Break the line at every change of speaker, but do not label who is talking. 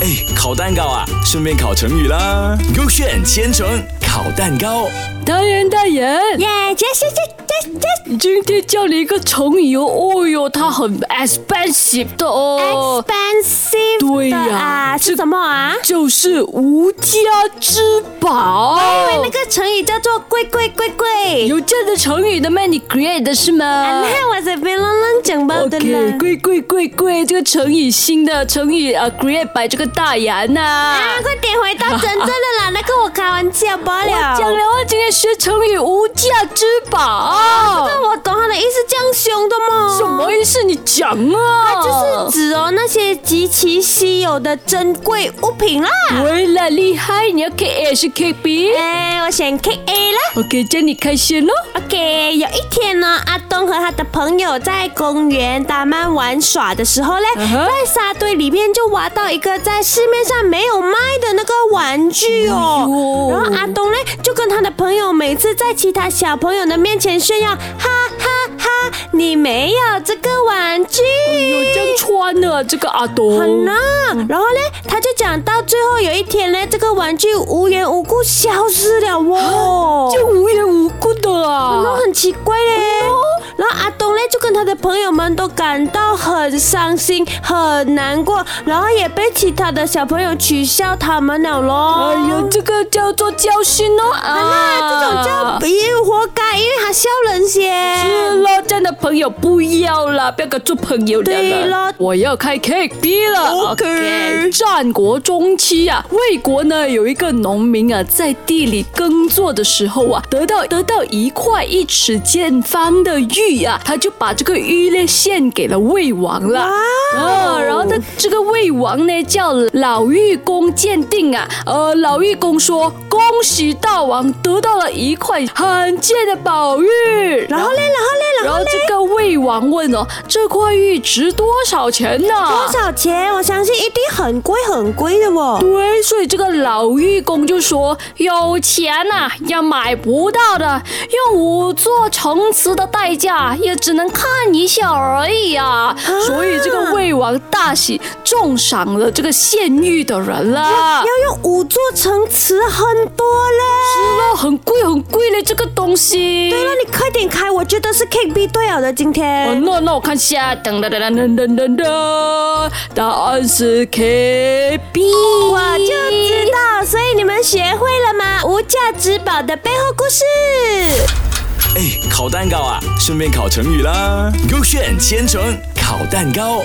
哎，烤蛋糕啊，顺便烤成语啦。勾选千层烤蛋糕，
大人大人，
耶，这是这这这
今天教你一个成语哦，哦哟，它很 expensive 的哦，
expensive
对呀
的啊，是什么啊？
就是无价之宝。
哎因为那个成语叫做贵贵贵贵。
有这样的成语的吗？你 create 的是吗
俺看我随便乱乱讲吧哎的
OK，
啦。
贵贵贵贵，这个成语新的成语啊，create by 这个大牙呐、
啊，快点回到真正的 啦，那个我开玩笑罢
我
了。
讲了，我今天学成语“无价之宝”
那哦我懂他的意思，这样凶的吗？
什么？意思？你讲啊！
就是指哦那些极其稀有的珍贵物品啦。
为了厉害，你要 K A 还是 K B？
哎，我选 K A 啦。
OK，这样你开心哦。
OK，有一天呢，阿东和他的朋友在公园打曼玩耍的时候嘞
嗯哼
在沙堆里面就挖到一个在市面上没有卖的那个玩具哦。
哎呦
然后阿东嘞就跟他的朋友每次在其他小朋友的面前炫耀，哈哈哈你没有这个玩具。
有哎这样穿的这个阿东，
很呐，然后嘞，他就讲到最后有一天嘞，这个玩具无缘无故消失了哦，
啊就无缘无故的
然
啊
哦后。很奇怪嘞。
哦
然后阿东嘞就跟他的朋友们都感到很伤心、很难过，然后也被其他的小朋友取笑他们了咯。
哎呀，这个叫做教训哦
啊，
啊！
这种叫比活该，因为他笑人先。
是咯，这样的朋友不要了，不要跟他做朋友了啦。
对咯
我要开 K B 了。
OK
战国中期啊，魏国呢有一个农民啊，在地里耕作的时候啊，得到得到一块一尺见方的玉啊，他就把这个玉呢献给了魏王了。
哦
啊，然后他这个魏王呢叫老玉公鉴定啊，呃，老玉公说恭喜大王得到了一块罕见的宝玉，
然后嘞，然后嘞，然
然
后
后这个魏王问哦，这块玉值多少钱呢？
多少钱？我相信一定很贵很贵的哦。
对，所以这个老玉公就说，有钱呐、也买不到的，用五座城池的代价也只能看一下而已啊。所以这个魏王大喜，重赏了这个献玉的人了。
要用五座城池，很多嘞。
是咯，哦很贵很贵嘞，这个东西。
对了，你快点开，我觉得是 K B 对了的。今
哦，
天
那那我看下，噔噔噔噔噔噔噔，答案是 K B。
我就知道，所以你们学会了吗？无价之宝的背后故事。
哎，烤蛋糕啊，顺便烤成语啦。勾选千层烤蛋糕。